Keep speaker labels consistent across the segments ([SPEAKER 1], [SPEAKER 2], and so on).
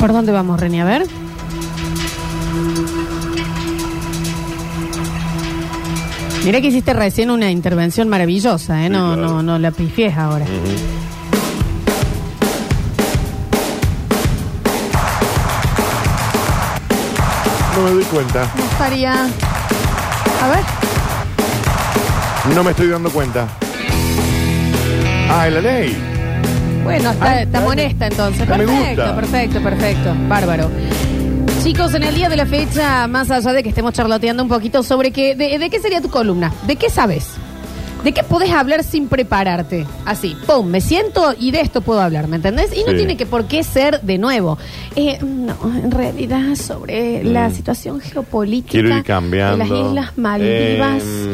[SPEAKER 1] ¿Por dónde vamos, Reni? A ver. Mira que hiciste recién una intervención maravillosa, ¿eh?
[SPEAKER 2] Sí,
[SPEAKER 1] No,
[SPEAKER 2] claro.
[SPEAKER 1] no, no la pifies ahora.
[SPEAKER 2] No me doy cuenta.
[SPEAKER 1] Me gustaría. A ver.
[SPEAKER 2] No me estoy dando cuenta. Ah, es la ley.
[SPEAKER 1] Bueno,
[SPEAKER 2] Ah,
[SPEAKER 1] está, está
[SPEAKER 2] está
[SPEAKER 1] honesta entonces.
[SPEAKER 2] Ah, me
[SPEAKER 1] Perfecto,
[SPEAKER 2] gusta.
[SPEAKER 1] perfecto, perfecto. Bárbaro. Chicos, en el día de la fecha, más allá de que estemos charloteando un poquito sobre qué, de, de qué sería tu columna, de qué sabes, de qué podés hablar sin prepararte. Así, pum, me siento y de esto puedo hablar, ¿me entendés? Y no
[SPEAKER 2] Sí.
[SPEAKER 1] tiene que por qué ser de nuevo. Eh, no, en realidad, sobre la
[SPEAKER 2] Mm.
[SPEAKER 1] situación geopolítica
[SPEAKER 2] Quiero ir
[SPEAKER 1] de
[SPEAKER 2] cambiando.
[SPEAKER 1] las Islas Malvivas,
[SPEAKER 2] Eh,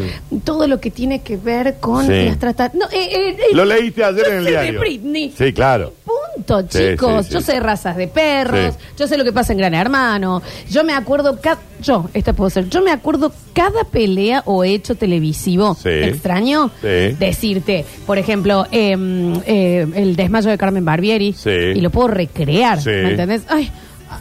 [SPEAKER 1] todo lo que tiene que ver con
[SPEAKER 2] Sí.
[SPEAKER 1] las tratativas. No, eh, eh, eh,
[SPEAKER 2] Lo leíste ayer en
[SPEAKER 1] Sí,
[SPEAKER 2] el
[SPEAKER 1] de
[SPEAKER 2] diario.
[SPEAKER 1] Britney.
[SPEAKER 2] Sí, claro.
[SPEAKER 1] Punto,
[SPEAKER 2] Sí,
[SPEAKER 1] chicos.
[SPEAKER 2] sí, sí.
[SPEAKER 1] Yo sé razas de perros,
[SPEAKER 2] Sí.
[SPEAKER 1] yo sé lo que pasa en Gran Hermano, yo me acuerdo, ca- yo, esta puedo ser, yo me acuerdo cada pelea o hecho televisivo
[SPEAKER 2] Sí.
[SPEAKER 1] extraño,
[SPEAKER 2] Sí.
[SPEAKER 1] decirte, por ejemplo, em, eh, el desmayo de Carmen Barbieri,
[SPEAKER 2] Sí.
[SPEAKER 1] y lo puedo recrear,
[SPEAKER 2] Sí.
[SPEAKER 1] ¿me entendés? Ay,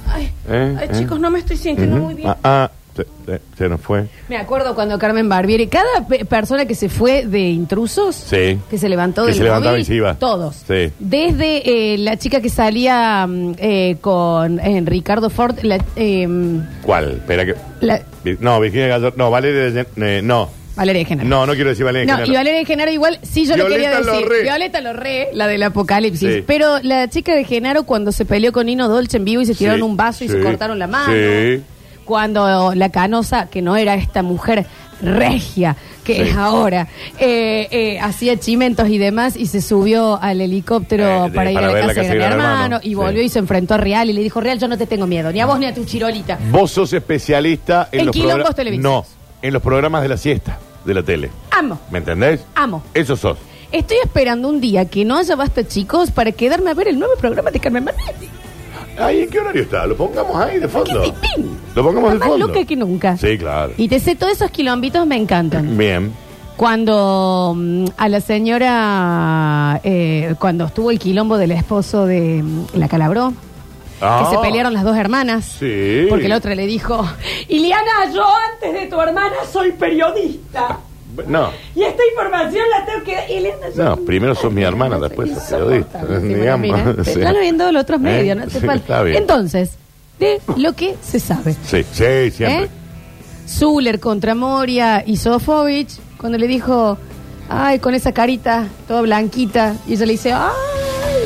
[SPEAKER 1] ay,
[SPEAKER 2] Eh,
[SPEAKER 1] ay,
[SPEAKER 2] eh.
[SPEAKER 1] chicos, no me estoy sintiendo muy bien.
[SPEAKER 2] Ah, ah, se, se- se nos fue.
[SPEAKER 1] Me acuerdo cuando Carmen Barbieri, cada pe- persona que se fue de intrusos,
[SPEAKER 2] Sí.
[SPEAKER 1] que se levantó
[SPEAKER 2] Que
[SPEAKER 1] del
[SPEAKER 2] se levantaba
[SPEAKER 1] móvil,
[SPEAKER 2] y se iba.
[SPEAKER 1] todos.
[SPEAKER 2] Sí.
[SPEAKER 1] Desde eh, la chica que salía mm, eh, con eh, Ricardo Ford, la, em,
[SPEAKER 2] ¿Cuál? Espera que.
[SPEAKER 1] la-
[SPEAKER 2] Vi- No, Virginia Gallardo. No, Valeria. de Gen- eh, no.
[SPEAKER 1] Valeria de Genaro.
[SPEAKER 2] No, no quiero decir Valeria.
[SPEAKER 1] No,
[SPEAKER 2] Genaro.
[SPEAKER 1] y Valeria de Genaro igual, sí yo le
[SPEAKER 2] Violeta
[SPEAKER 1] quería decir.
[SPEAKER 2] Lorré.
[SPEAKER 1] Violeta Lorré, la del apocalipsis.
[SPEAKER 2] Sí.
[SPEAKER 1] Pero la chica de Genaro cuando se peleó con Nino Dolce en vivo y se
[SPEAKER 2] Sí,
[SPEAKER 1] tiraron un vaso y
[SPEAKER 2] sí,
[SPEAKER 1] se cortaron la mano.
[SPEAKER 2] sí.
[SPEAKER 1] Cuando la canosa, que no era esta mujer regia que
[SPEAKER 2] Sí.
[SPEAKER 1] es ahora, eh, eh, hacía chimentos y demás y se subió al helicóptero
[SPEAKER 2] Eh, de-
[SPEAKER 1] para ir
[SPEAKER 2] para
[SPEAKER 1] a la
[SPEAKER 2] ver
[SPEAKER 1] casa,
[SPEAKER 2] la
[SPEAKER 1] de Gran hermano, y volvió
[SPEAKER 2] Sí.
[SPEAKER 1] y se enfrentó a Real y le dijo, Real, yo no te tengo miedo, ni a vos ni a tu chirolita.
[SPEAKER 2] Vos sos especialista en,
[SPEAKER 1] En
[SPEAKER 2] los
[SPEAKER 1] quilombos
[SPEAKER 2] programas-
[SPEAKER 1] televisivos.
[SPEAKER 2] No, en los programas de la siesta de la tele.
[SPEAKER 1] Amo.
[SPEAKER 2] ¿Me entendés?
[SPEAKER 1] Amo.
[SPEAKER 2] Eso sos.
[SPEAKER 1] Estoy esperando un día que no haya basta, chicos, para quedarme a ver el nuevo programa de Carmen Barbieri.
[SPEAKER 2] Ahí, ¿en qué horario está? Lo pongamos ahí de fondo.
[SPEAKER 1] Qué titín.
[SPEAKER 2] Lo pongamos de
[SPEAKER 1] Está
[SPEAKER 2] fondo.
[SPEAKER 1] Más loca que nunca.
[SPEAKER 2] Sí, claro.
[SPEAKER 1] Y te sé, todos esos quilombitos me encantan.
[SPEAKER 2] Bien.
[SPEAKER 1] Cuando mm, a la señora, eh, cuando estuvo el quilombo del esposo de mm, la Calabró,
[SPEAKER 2] Ah.
[SPEAKER 1] que se pelearon las dos hermanas.
[SPEAKER 2] Sí.
[SPEAKER 1] Porque la otra le dijo, Iliana, yo antes de tu hermana soy periodista.
[SPEAKER 2] No.
[SPEAKER 1] Y esta información la tengo que... Iliana, yo-
[SPEAKER 2] Ah, No, primero sos mi hermana, después sos periodista,
[SPEAKER 1] Insoportable,
[SPEAKER 2] digamos,
[SPEAKER 1] te imaginas.
[SPEAKER 2] sí.
[SPEAKER 1] Ya lo vi en todos los otros
[SPEAKER 2] ¿Eh?
[SPEAKER 1] medios, no hace
[SPEAKER 2] Sí,
[SPEAKER 1] falta.
[SPEAKER 2] está bien.
[SPEAKER 1] Entonces, de lo que se sabe.
[SPEAKER 2] Sí, sí, siempre.
[SPEAKER 1] ¿Eh? Zuller contra Moria y Sofovich, cuando le dijo, ay, con esa carita toda blanquita, y ella le dice, ay,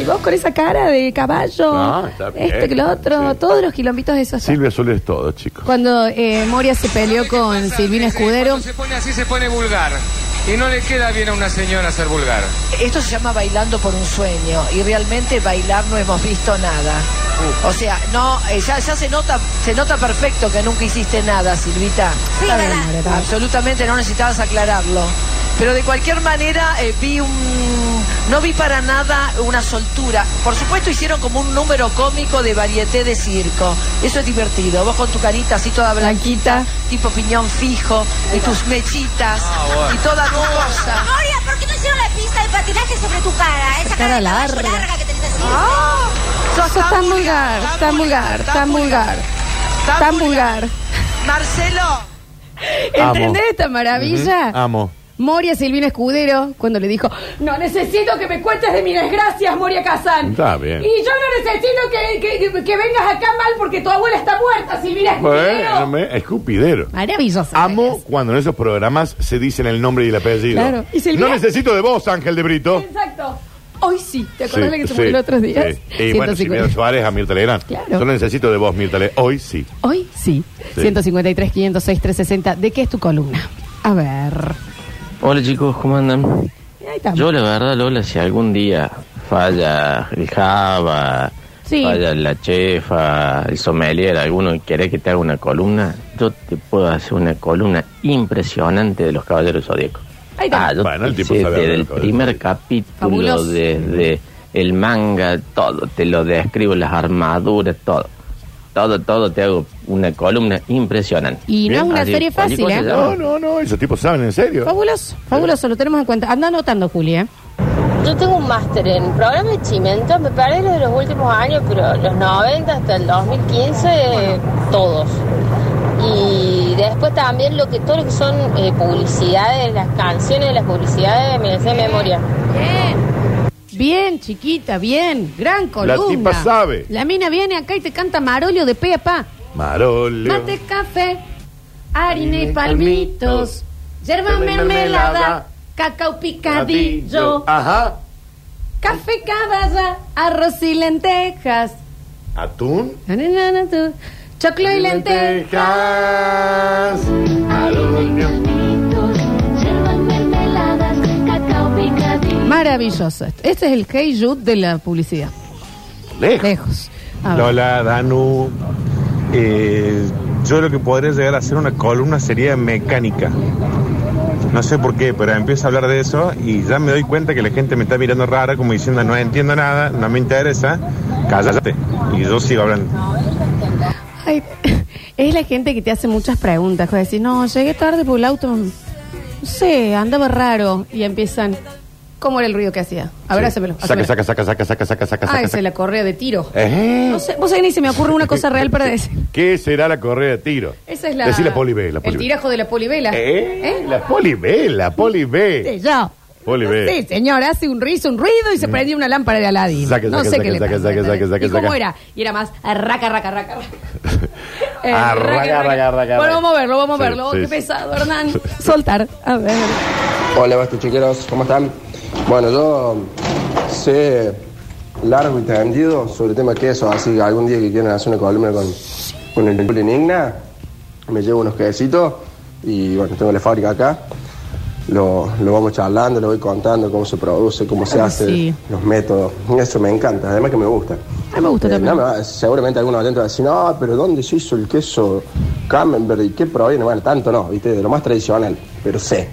[SPEAKER 1] vos con esa cara de caballo,
[SPEAKER 2] No, Ah, está bien,
[SPEAKER 1] esto que lo otro,
[SPEAKER 2] sí.
[SPEAKER 1] todos los quilombitos de esos.
[SPEAKER 2] Silvia Soler es todo, chicos.
[SPEAKER 1] Cuando eh, Moria se peleó con Silvina Escudero,
[SPEAKER 3] Cuando se pone así, se pone vulgar. Y no le queda bien a una señora ser vulgar.
[SPEAKER 4] Esto se llama bailando por un sueño y realmente bailar no hemos visto nada. O sea, no, eh, ya, ya se nota, se nota perfecto que nunca hiciste nada, Silvita.
[SPEAKER 1] Está bien, Moria, está bien.
[SPEAKER 4] Absolutamente no necesitabas aclararlo. Pero de cualquier manera eh, vi un, no vi para nada una soltura. Por supuesto hicieron como un número cómico de varieté de circo. Eso es divertido. Vos con tu carita así toda blanquita,
[SPEAKER 1] Blanquita. Ah,
[SPEAKER 4] tipo piñón fijo, y tus mechitas, y toda tu cosa.
[SPEAKER 5] Moria, ¿por qué no hicieron la pista de patinaje sobre tu cara? Esa
[SPEAKER 1] Cara
[SPEAKER 5] cara, de caballo
[SPEAKER 1] larga.
[SPEAKER 5] larga que tenés así.
[SPEAKER 4] Sos
[SPEAKER 1] Sos tan vulgar, tan vulgar, tan vulgar, tan vulgar.
[SPEAKER 4] Marcelo.
[SPEAKER 2] Amo.
[SPEAKER 1] ¿Entendés esta maravilla?
[SPEAKER 2] Ujú, Amo.
[SPEAKER 1] Moria Silvina Escudero, cuando le dijo, no necesito que me cuentes de mis desgracias, Moria Kazan.
[SPEAKER 2] Está bien.
[SPEAKER 1] Y yo no necesito que, que- que- que vengas acá mal porque tu abuela está muerta, Silvina Escudero.
[SPEAKER 2] Bueno, me- escupidero.
[SPEAKER 1] Maravillosa.
[SPEAKER 2] Amo cuando en esos programas se dicen el nombre y el apellido.
[SPEAKER 1] Claro. Y Silvia-
[SPEAKER 2] No necesito de vos, Ángel de Brito.
[SPEAKER 1] Exacto. Hoy sí, ¿te acordás
[SPEAKER 2] Sí,
[SPEAKER 1] la que se
[SPEAKER 2] sí,
[SPEAKER 1] murió los otros días?
[SPEAKER 2] sí. Y bueno,
[SPEAKER 1] 150.
[SPEAKER 2] Silvia Suárez a Mirta Legrand.
[SPEAKER 1] Claro.
[SPEAKER 2] Yo no necesito de vos, Mirta Legrand. Hoy sí.
[SPEAKER 1] Hoy sí.
[SPEAKER 2] Sí.
[SPEAKER 1] 153, 506, 360. ¿De qué es tu columna? A ver.
[SPEAKER 6] Hola chicos, ¿cómo andan?
[SPEAKER 1] Ahí estamos.
[SPEAKER 6] Yo la verdad, Lola, si algún día falla el Java,
[SPEAKER 1] Sí.
[SPEAKER 6] falla la chefa, el sommelier, alguno y querés que te haga una columna, yo te puedo hacer una columna impresionante de los Caballeros Zodíacos.
[SPEAKER 1] Ahí está.
[SPEAKER 6] yo
[SPEAKER 2] Bueno, el
[SPEAKER 6] te
[SPEAKER 2] tipo
[SPEAKER 6] sé
[SPEAKER 2] sabe hablar de
[SPEAKER 6] desde el
[SPEAKER 2] los Caballeros
[SPEAKER 6] primer
[SPEAKER 2] Zodíacos.
[SPEAKER 6] capítulo,
[SPEAKER 1] Fabuloso.
[SPEAKER 6] desde el manga, todo, te lo describo, las armaduras, todo. Todo, todo, te hago una columna impresionante.
[SPEAKER 1] Y no
[SPEAKER 2] Bien,
[SPEAKER 1] es una
[SPEAKER 6] así,
[SPEAKER 1] serie
[SPEAKER 6] cualquier
[SPEAKER 1] fácil,
[SPEAKER 6] cosa
[SPEAKER 1] ¿eh?
[SPEAKER 2] No,
[SPEAKER 6] ya-
[SPEAKER 2] no, no. Esos tipos saben, en serio.
[SPEAKER 1] Fabuloso, fabuloso, lo tenemos en cuenta. Anda anotando, Juli, ¿eh?
[SPEAKER 7] Yo tengo un máster en programa de Chimento, me parece los de los últimos años, pero los 90 hasta el 2015, eh, todos. Y después también lo que todo lo que son eh, publicidades, las canciones de las publicidades, me las sé de memoria.
[SPEAKER 1] Bien, chiquita, bien. Gran columna.
[SPEAKER 2] tipa sabe.
[SPEAKER 1] La mina viene acá y te canta Marolio de pe a pa.
[SPEAKER 2] Marolio.
[SPEAKER 1] Mate, café, harina y palmitos, yerba mermelada, ah, cacao picadillo,
[SPEAKER 2] Ajá.
[SPEAKER 1] café caballa, arroz y lentejas,
[SPEAKER 2] Atún.
[SPEAKER 1] na, na, na, na, tu, choclo y lentejas.
[SPEAKER 2] Lentejas. Marolio.
[SPEAKER 1] Maravilloso. esto. Este es el Hey Jude de la publicidad.
[SPEAKER 2] Lejos.
[SPEAKER 1] Lejos. A ver.
[SPEAKER 8] Lola, Danu. eh, yo lo que podría llegar a hacer una columna sería mecánica. No sé por qué, pero empiezo a hablar de eso y ya me doy cuenta que la gente me está mirando rara, como diciendo no entiendo nada, no me interesa, cállate. Y yo sigo hablando.
[SPEAKER 1] Ay, es la gente que te hace muchas preguntas. Que decir, no, llegué tarde por el auto. No sé, andaba raro. Y empiezan. ¿Cómo era el ruido que hacía? Abrázamelo.
[SPEAKER 2] Saca,
[SPEAKER 1] hacémelo.
[SPEAKER 2] saca, saca, saca, saca, saca, saca,
[SPEAKER 1] Ay,
[SPEAKER 2] saca.
[SPEAKER 1] se la correa de tiro.
[SPEAKER 2] Ejé.
[SPEAKER 1] No sé, vos sabés, ni se me ocurre una cosa real para decir.
[SPEAKER 2] ¿Qué será la correa de tiro?
[SPEAKER 1] Esa es la.
[SPEAKER 2] Decí la polivela.
[SPEAKER 1] El tirajo de la polivela.
[SPEAKER 2] ¿Eh?
[SPEAKER 1] ¿Eh?
[SPEAKER 2] La polivela, polivela.
[SPEAKER 1] Sí, yo.
[SPEAKER 2] Polivela.
[SPEAKER 1] Sí, señor, hace un rizo, un ruido y se prendió una lámpara de Aladdin.
[SPEAKER 2] Mm. Saque,
[SPEAKER 1] no
[SPEAKER 2] saque,
[SPEAKER 1] sé
[SPEAKER 2] saque,
[SPEAKER 1] qué le
[SPEAKER 2] saque,
[SPEAKER 1] pasa,
[SPEAKER 2] saque,
[SPEAKER 1] ¿entendés?
[SPEAKER 2] saque,
[SPEAKER 1] ¿Y
[SPEAKER 2] saque,
[SPEAKER 1] cómo
[SPEAKER 2] saque.
[SPEAKER 1] era? Y era más eh, raca, raca, raca, raca. Eh,
[SPEAKER 2] Ah, raca, raca, raca,
[SPEAKER 1] Bueno, vamos a verlo, vamos a
[SPEAKER 2] Sí,
[SPEAKER 1] verlo.
[SPEAKER 2] sí,
[SPEAKER 1] qué
[SPEAKER 2] sí.
[SPEAKER 1] pesado, Hernán. Soltar. A ver.
[SPEAKER 9] Hola, bastuchiqueros, ¿cómo están? Bueno, yo sé largo y tendido sobre el tema queso, así que algún día que quieran hacer una columna con, con el Igna, me llevo unos quesitos y bueno, tengo la fábrica acá. Lo, lo vamos charlando, lo voy contando cómo se produce, cómo se
[SPEAKER 1] Ah,
[SPEAKER 9] hace,
[SPEAKER 1] sí.
[SPEAKER 9] los métodos. Eso me encanta, además que me gusta.
[SPEAKER 1] A mí me gusta
[SPEAKER 9] Eh,
[SPEAKER 1] también.
[SPEAKER 9] no, me va- seguramente algunos adentro van a decir, no, pero ¿dónde se hizo el queso Camembert y qué proviene? Bueno, tanto no, viste, de lo más tradicional, pero sé.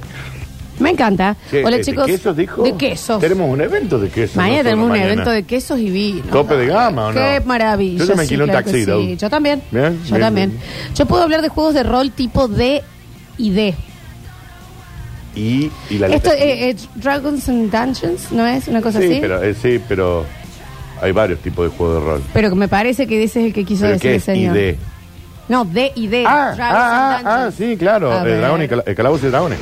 [SPEAKER 1] Me encanta.
[SPEAKER 2] ¿Qué,
[SPEAKER 1] Hola,
[SPEAKER 2] eh,
[SPEAKER 1] chicos.
[SPEAKER 2] ¿De quesos dijo?
[SPEAKER 1] De quesos.
[SPEAKER 2] Tenemos un evento de quesos.
[SPEAKER 1] Mañana
[SPEAKER 2] nosotros
[SPEAKER 1] tenemos un
[SPEAKER 2] mañana.
[SPEAKER 1] evento de quesos y vino.
[SPEAKER 2] Tope de gama, ¿o no?
[SPEAKER 1] Qué maravilla.
[SPEAKER 2] Yo ya me
[SPEAKER 1] sí,
[SPEAKER 2] alquilé un
[SPEAKER 1] claro que
[SPEAKER 2] taxi,
[SPEAKER 1] sí.
[SPEAKER 2] Dau.
[SPEAKER 1] Yo también.
[SPEAKER 2] Bien,
[SPEAKER 1] Yo
[SPEAKER 2] bien,
[SPEAKER 1] también.
[SPEAKER 2] bien.
[SPEAKER 1] Yo puedo hablar de juegos de rol tipo D y D.
[SPEAKER 2] Y, y la
[SPEAKER 1] Esto
[SPEAKER 2] letra-
[SPEAKER 1] eh, eh, Dragons and Dungeons, ¿no es? Una cosa
[SPEAKER 2] sí,
[SPEAKER 1] así.
[SPEAKER 2] Pero, eh, sí, pero hay varios tipos de juegos de rol.
[SPEAKER 1] Pero que me parece que ese es el que quiso
[SPEAKER 2] ¿Pero
[SPEAKER 1] decir
[SPEAKER 2] qué
[SPEAKER 1] el
[SPEAKER 2] es ID?
[SPEAKER 1] señor. Eh, No, D y D.
[SPEAKER 2] Ah, ah,
[SPEAKER 1] Dragons
[SPEAKER 2] ah,
[SPEAKER 1] and
[SPEAKER 2] ah,
[SPEAKER 1] Dungeons.
[SPEAKER 2] sí, claro.
[SPEAKER 1] A
[SPEAKER 2] El,
[SPEAKER 1] ver.
[SPEAKER 2] dragón y cala- el calabozo y dragones.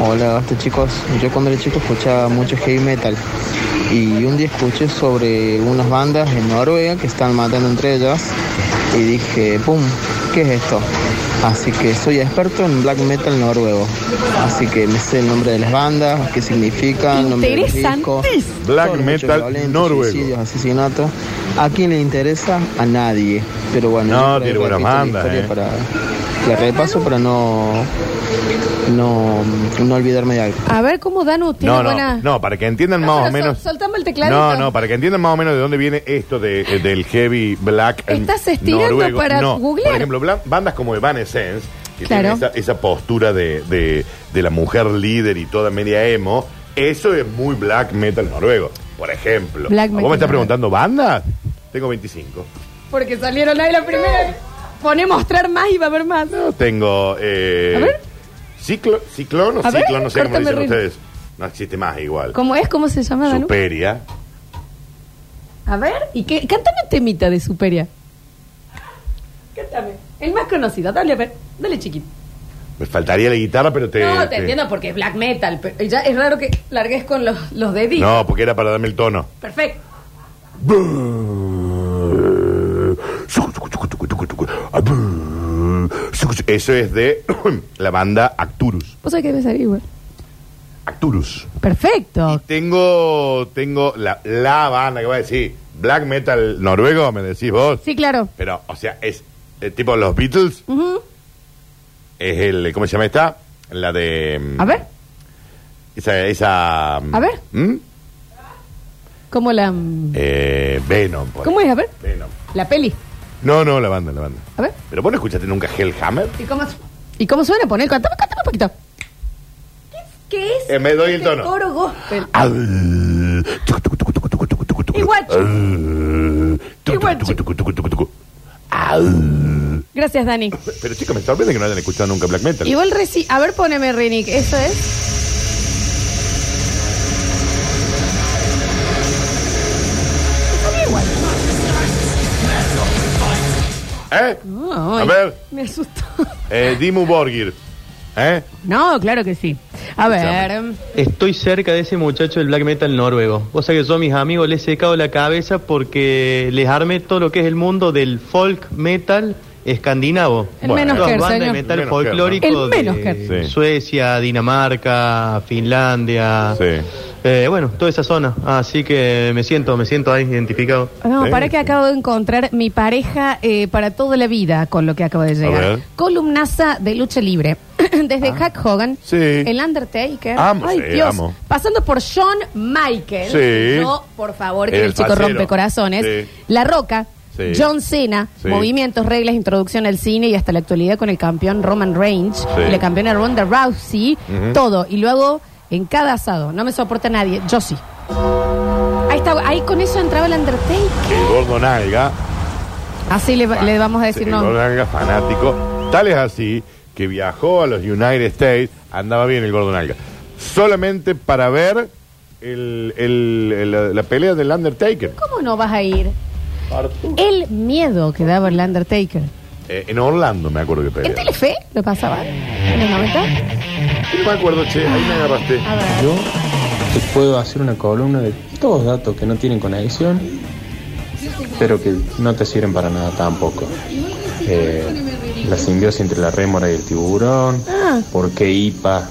[SPEAKER 10] Hola, hasta chicos. Yo cuando era chico escuchaba mucho heavy metal y un día escuché sobre unas bandas en Noruega que están matando entre ellas y dije, ¡pum! ¿Qué es esto? Así que soy experto en black metal noruego. Así que me sé el nombre de las bandas, qué significan, el nombre de los discos,
[SPEAKER 1] Interesantes.
[SPEAKER 2] Black
[SPEAKER 10] todos los hechos
[SPEAKER 2] metal
[SPEAKER 10] violentos,
[SPEAKER 2] noruego.
[SPEAKER 10] suicidios, asesinatos. ¿A quién le interesa? A nadie. Pero bueno,
[SPEAKER 2] No,
[SPEAKER 10] yo por ahí
[SPEAKER 2] tiene buenas
[SPEAKER 10] repito la
[SPEAKER 2] bandas,
[SPEAKER 10] historia
[SPEAKER 2] eh.
[SPEAKER 10] para la repaso para no no, no olvidarme de algo.
[SPEAKER 1] A ver cómo Danu tiene
[SPEAKER 2] No, no,
[SPEAKER 1] buena.
[SPEAKER 2] no, para que entiendan
[SPEAKER 1] Ah,
[SPEAKER 2] más o
[SPEAKER 1] pero sol-
[SPEAKER 2] menos.
[SPEAKER 1] soltame el tecladito.
[SPEAKER 2] No, no, para que entiendan más o menos de dónde viene esto de, eh, del heavy black. eh,
[SPEAKER 1] Estás estirando
[SPEAKER 2] noruego.
[SPEAKER 1] para
[SPEAKER 2] No,
[SPEAKER 1] googlear.
[SPEAKER 2] Por ejemplo, bla- bandas como Evanescence, que
[SPEAKER 1] Claro.
[SPEAKER 2] tienen esa, esa postura de, de, de la mujer líder y toda media emo, eso es muy black metal noruego, por ejemplo.
[SPEAKER 1] Black
[SPEAKER 2] ¿Vos
[SPEAKER 1] metal
[SPEAKER 2] me
[SPEAKER 1] noruego.
[SPEAKER 2] estás preguntando bandas? Tengo 25.
[SPEAKER 1] Porque salieron ahí la primera. Pone mostrar más y va a haber más.
[SPEAKER 2] No tengo. Eh,
[SPEAKER 1] A ver.
[SPEAKER 2] Ciclo, ciclón o
[SPEAKER 1] A ver,
[SPEAKER 2] ciclo, no sé cómo
[SPEAKER 1] córtame
[SPEAKER 2] dicen
[SPEAKER 1] el ritmo.
[SPEAKER 2] ustedes. No existe más igual.
[SPEAKER 1] ¿Cómo es? ¿Cómo se llama, Danu?
[SPEAKER 2] Superia.
[SPEAKER 1] A ver, y qué, cántame un temita de Superia. Cántame. El más conocido. Dale, a ver. Dale, chiquito.
[SPEAKER 2] Me faltaría la guitarra, pero te.
[SPEAKER 1] no, te entiendo porque es black metal. Pero ya es raro que largues con los, los deditos.
[SPEAKER 2] No, porque era para darme el tono.
[SPEAKER 1] Perfecto.
[SPEAKER 2] Eso es de la banda Acturus.
[SPEAKER 1] ¿Vos sabés que debe salir, güey?
[SPEAKER 2] Acturus. Y
[SPEAKER 1] Perfecto.
[SPEAKER 2] tengo, tengo la, la banda que va a decir black metal noruego, me decís vos.
[SPEAKER 1] Sí, claro.
[SPEAKER 2] Pero, o sea, es eh, tipo los Beatles.
[SPEAKER 1] Ujú.
[SPEAKER 2] Es el, ¿cómo se llama esta? La de... mm,
[SPEAKER 1] A ver,
[SPEAKER 2] Esa, esa... mm,
[SPEAKER 1] A ver.
[SPEAKER 2] ¿Mm?
[SPEAKER 1] ¿cómo la. mm,
[SPEAKER 2] Eh, Venom. por
[SPEAKER 1] ¿Cómo es? A ver.
[SPEAKER 2] ejemplo. Venom.
[SPEAKER 1] La peli.
[SPEAKER 2] No, no, la banda, la banda.
[SPEAKER 1] A ver.
[SPEAKER 2] Pero vos no escuchaste nunca Hellhammer.
[SPEAKER 1] ¿Y cómo, ¿Y cómo suena? Poné, cántame, cántame un poquito. ¿Qué es?
[SPEAKER 2] Eh, me doy el
[SPEAKER 1] este
[SPEAKER 2] tono.
[SPEAKER 1] Coro gospel. Igual, Igual,
[SPEAKER 2] Pero
[SPEAKER 1] Gracias, Dani.
[SPEAKER 2] chicos, me sorprende que no hayan escuchado nunca black metal.
[SPEAKER 1] Igual reci... A ver, poneme Renick. ¿Eso es?
[SPEAKER 2] ¿Eh?
[SPEAKER 1] No,
[SPEAKER 2] A ver.
[SPEAKER 1] Me asustó.
[SPEAKER 2] Eh, Dimu Borgir. ¿Eh?
[SPEAKER 1] No, claro que sí. A ver.
[SPEAKER 11] Estoy cerca de ese muchacho del black metal noruego. O sea que yo a mis amigos les he secado la cabeza porque les armé todo lo que es el mundo del folk metal escandinavo.
[SPEAKER 1] El menos
[SPEAKER 11] Todas
[SPEAKER 1] que,
[SPEAKER 11] bandas de
[SPEAKER 1] señor.
[SPEAKER 11] metal
[SPEAKER 1] El menos que,
[SPEAKER 11] folclórico
[SPEAKER 1] ¿no? El
[SPEAKER 11] de
[SPEAKER 1] menos que.
[SPEAKER 2] Sí.
[SPEAKER 11] Suecia, Dinamarca, Finlandia. Eh, bueno, toda esa zona. Así que me siento, me siento ahí identificado.
[SPEAKER 1] No, para que acabo de encontrar mi pareja eh, para toda la vida con lo que acabo de llegar.
[SPEAKER 11] ver.
[SPEAKER 1] Columnaza de lucha libre. Desde Hack Hogan, el Undertaker.
[SPEAKER 2] Ah. Amo,
[SPEAKER 1] Ay,
[SPEAKER 2] sí,
[SPEAKER 1] Dios.
[SPEAKER 2] amo.
[SPEAKER 1] Pasando por Shawn Michael.
[SPEAKER 2] Sí.
[SPEAKER 1] No, por favor, que
[SPEAKER 2] El
[SPEAKER 1] el chico
[SPEAKER 2] facero.
[SPEAKER 1] rompe corazones.
[SPEAKER 2] Sí.
[SPEAKER 1] La Roca.
[SPEAKER 2] Sí.
[SPEAKER 1] John Cena,
[SPEAKER 2] Sí.
[SPEAKER 1] movimientos, reglas, introducción al cine y hasta la actualidad con el campeón Roman Reigns,
[SPEAKER 2] Sí.
[SPEAKER 1] y la campeona Ronda Rousey,
[SPEAKER 2] Ujú.
[SPEAKER 1] todo. Y lo hago en cada asado. No me soporta nadie, yo sí. Ahí, estaba, ahí con eso entraba el Undertaker.
[SPEAKER 2] El gordo nalga.
[SPEAKER 1] Así le, le vamos a decir
[SPEAKER 2] El gordo
[SPEAKER 1] no.
[SPEAKER 2] nalga fanático. Tal es así que viajó a los United States. Andaba bien el gordo nalga. Solamente para ver el- el- el- la, la pelea del Undertaker.
[SPEAKER 1] ¿Cómo no vas a ir? El miedo que daba el Undertaker.
[SPEAKER 2] Eh, en Orlando me acuerdo que
[SPEAKER 1] ¿En
[SPEAKER 2] peleó.
[SPEAKER 1] Telefe lo pasaba? ¿En los 90?
[SPEAKER 2] No me acuerdo, che. Ahí me agarraste.
[SPEAKER 1] Ah.
[SPEAKER 12] Yo te puedo hacer una columna de todos datos que no tienen conexión, pero que no te sirven para nada tampoco. Eh, la simbiosis entre la rémora y el tiburón,
[SPEAKER 1] Ah,
[SPEAKER 12] por qué IPA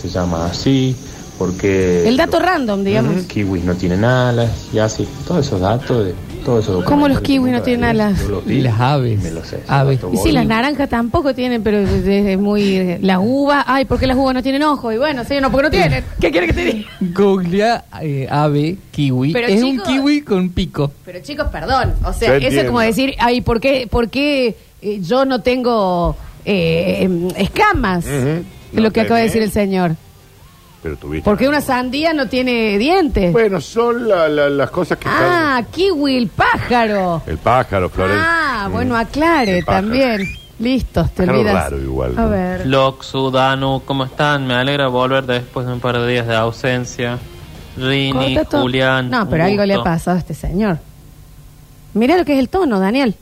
[SPEAKER 12] se llama así, por qué
[SPEAKER 1] El dato random, digamos.
[SPEAKER 12] Eh, Ujú, kiwis no tienen alas, y así, todos esos datos de todos esos
[SPEAKER 1] ¿Cómo los
[SPEAKER 12] documentales
[SPEAKER 1] kiwis no tienen alas?
[SPEAKER 12] yo los vi,
[SPEAKER 13] Las aves.
[SPEAKER 12] me los sé.
[SPEAKER 13] Aves.
[SPEAKER 1] Y sí, las naranjas tampoco tienen, pero es, es muy... Las uvas, ay, ¿por qué las uvas no tienen ojos? Y bueno, sí, no, porque no tienen. ¿Qué quiere que te diga?
[SPEAKER 13] Googlea eh, ave, kiwi.
[SPEAKER 1] Pero,
[SPEAKER 13] es un
[SPEAKER 1] chicos-
[SPEAKER 13] kiwi con pico.
[SPEAKER 1] Pero chicos, perdón. O
[SPEAKER 13] Yo
[SPEAKER 1] sea, eso es
[SPEAKER 13] entiendo.
[SPEAKER 1] como decir, ay, ¿por qué, por qué eh, yo no tengo eh, em, escamas?
[SPEAKER 2] Ujú.
[SPEAKER 1] Lo
[SPEAKER 2] No
[SPEAKER 1] que acaba de
[SPEAKER 2] tenés.
[SPEAKER 1] decir el señor.
[SPEAKER 2] Pero tuviste.
[SPEAKER 1] ¿Por qué una sandía no tiene dientes?
[SPEAKER 2] Bueno, son las cosas que...
[SPEAKER 1] Ah, kiwi, el pájaro.
[SPEAKER 2] El pájaro, Mm. Florencia.
[SPEAKER 1] Ah, bueno, aclare
[SPEAKER 14] El pájaro.
[SPEAKER 1] también. Listo, te
[SPEAKER 14] Pájaro
[SPEAKER 1] olvidas.
[SPEAKER 14] raro igual,
[SPEAKER 1] A
[SPEAKER 14] ¿no?
[SPEAKER 1] ver.
[SPEAKER 14] Loxu, Danu, ¿cómo están? Me alegra volver después de un par de días de ausencia. Rini,
[SPEAKER 1] Corta todo.
[SPEAKER 14] Julián.
[SPEAKER 1] No,
[SPEAKER 14] un
[SPEAKER 1] pero algo le ha
[SPEAKER 14] gusto.
[SPEAKER 1] pasado a este señor. Mira lo que es el tono, Daniel.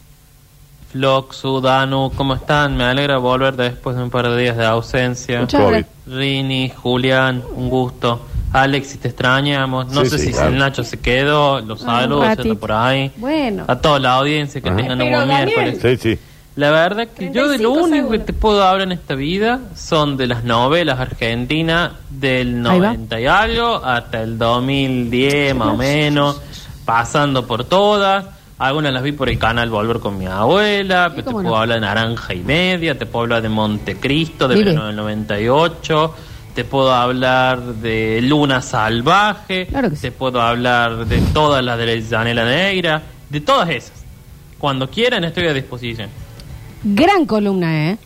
[SPEAKER 14] Loxu, Danu, ¿cómo están? Me alegra volver después de un par de días de ausencia.
[SPEAKER 1] Muchas COVID. gracias.
[SPEAKER 14] Rini, Julián, un gusto. Alex, si te extrañamos. No
[SPEAKER 15] Sí,
[SPEAKER 14] sé
[SPEAKER 15] sí,
[SPEAKER 14] si
[SPEAKER 15] claro.
[SPEAKER 14] el Nacho se quedó. Los
[SPEAKER 1] Ah, un
[SPEAKER 14] saludos, ya está
[SPEAKER 1] ratito.
[SPEAKER 14] por ahí. Ah,
[SPEAKER 1] Bueno.
[SPEAKER 14] A toda la audiencia que tengan un
[SPEAKER 1] Pero,
[SPEAKER 14] buen
[SPEAKER 1] Daniel.
[SPEAKER 14] miércoles.
[SPEAKER 2] Sí, sí.
[SPEAKER 14] La verdad que yo de lo único que te puedo hablar en esta vida son de las novelas argentinas del
[SPEAKER 1] Ahí va.
[SPEAKER 14] 90 y algo hasta el 2010 Eh, más o menos, pasando por todas. Algunas las vi por el canal Volver con mi abuela, pero te
[SPEAKER 1] cómo
[SPEAKER 14] puedo
[SPEAKER 1] no.
[SPEAKER 14] hablar de Naranja y Media, te puedo hablar de Montecristo, de
[SPEAKER 1] Vive.
[SPEAKER 14] verano del 98, te puedo hablar de Luna Salvaje, te puedo hablar de todas las de Janela Negra, de todas esas. Cuando quieran estoy a disposición.
[SPEAKER 1] Gran columna, ¿eh?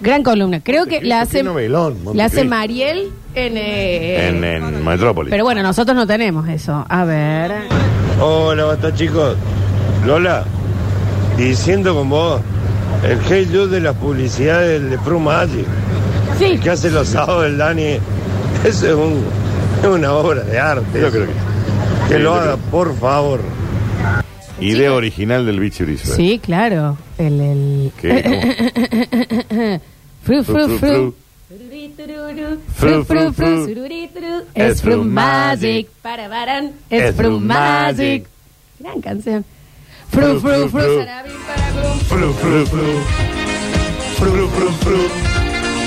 [SPEAKER 1] Gran columna. Creo
[SPEAKER 16] Este
[SPEAKER 1] que la hace, la hace Mariel en, eh,
[SPEAKER 2] En, en Metrópolis.
[SPEAKER 1] Pero bueno, nosotros no tenemos eso. A ver.
[SPEAKER 16] Hola, basta chicos. Lola, diciendo con vos, el Hey Dude de las publicidades del de Prue Magic.
[SPEAKER 1] El
[SPEAKER 16] que hace los sábados del Dani. Eso es, un- es una obra de arte.
[SPEAKER 1] pues,
[SPEAKER 16] Yo creo que. Que
[SPEAKER 2] Sí,
[SPEAKER 16] lo
[SPEAKER 2] yo
[SPEAKER 16] haga, por favor.
[SPEAKER 2] Idea original del Bichi Brizuela.
[SPEAKER 1] Sí, claro. El. el...
[SPEAKER 2] ¿Qué?
[SPEAKER 1] Fru, fru, fru. Fru, fru, fru. Sururi, turu. Es Fru Magic. Para Baran. Es Fru Magic. Gran canción. Fru, fru, fru. Sarabim,
[SPEAKER 2] Fru, fru, fru. Fru, fru, fru.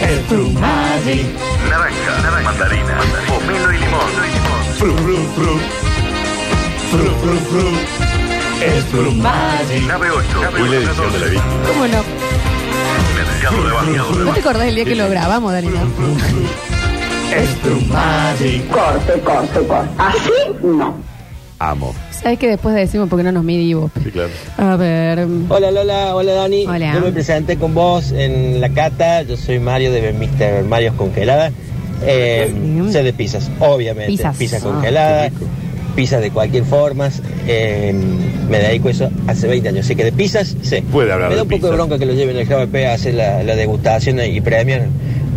[SPEAKER 1] Es Fru Magic.
[SPEAKER 2] Naranja, naranja. Mandarina. Pomelo y limón. Fru, fru, fru. Fru, fru, fru. Es Fru Magic. Nave 8. Y la edición de la Bichi.
[SPEAKER 1] ¿Cómo no?
[SPEAKER 2] Mercado de
[SPEAKER 1] ¿No te acordás el día que lo grabamos, Daniel?
[SPEAKER 2] Es Fru Magic. Corte, corte, corte. ¿Ah,
[SPEAKER 1] Así no.
[SPEAKER 2] Amo.
[SPEAKER 1] ¿Sabes qué después decimos porque no nos midimos?
[SPEAKER 2] Sí, claro.
[SPEAKER 1] A ver.
[SPEAKER 17] Hola Lola, hola Dani.
[SPEAKER 1] Hola.
[SPEAKER 17] Yo me presenté con vos en la cata. Yo soy Mario de Mr. Mario's Congelada. Eh, sé de pizzas, obviamente.
[SPEAKER 1] Pizzas.
[SPEAKER 17] Pizza
[SPEAKER 1] Ah,
[SPEAKER 17] congelada, pizzas de cualquier forma. eh, me dedico a eso hace 20 años. Así que de pizzas, sé.
[SPEAKER 2] Puede hablar
[SPEAKER 17] Me da
[SPEAKER 2] de
[SPEAKER 17] un poco de
[SPEAKER 2] pizzas.
[SPEAKER 17] bronca que lo lleven el JVP a hacer la, la degustación y premian.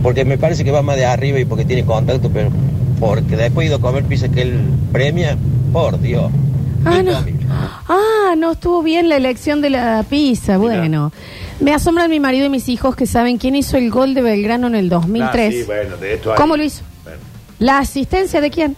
[SPEAKER 17] Porque me parece que va más de arriba y porque tiene contacto, pero porque después he ido a comer pizza que él premia, por Dios.
[SPEAKER 1] Ah, no. Ah, no estuvo bien la elección de la pizza. Bueno, me asombran mi marido y mis hijos que saben quién hizo el gol de Belgrano en el 2003.
[SPEAKER 2] Ah, sí, bueno, de esto hay.
[SPEAKER 1] ¿Cómo lo hizo?
[SPEAKER 2] Bueno,
[SPEAKER 1] ¿La asistencia de quién?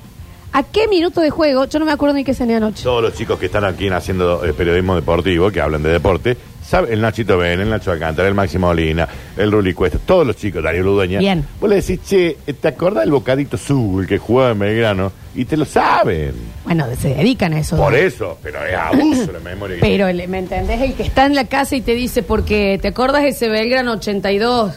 [SPEAKER 1] ¿A qué minuto de juego? Yo no me acuerdo ni qué cené anoche.
[SPEAKER 2] todos los chicos que están aquí haciendo eh, periodismo deportivo, que hablan de deporte, saben, el Nachito Ben, el Nacho Alcántara, el Máximo Olina, el Ruli Cuesta, todos los chicos, Darío Ludueña.
[SPEAKER 1] Bien.
[SPEAKER 2] Vos le decís, che, ¿te acordás del bocadito azul que jugaba en Belgrano? Y te lo saben.
[SPEAKER 1] Bueno, se dedican a eso.
[SPEAKER 2] Por eso, pero es abuso la memoria. que
[SPEAKER 1] Pero, el- ¿me entendés? El que está en la casa y te dice, porque te acordás ese Belgrano 82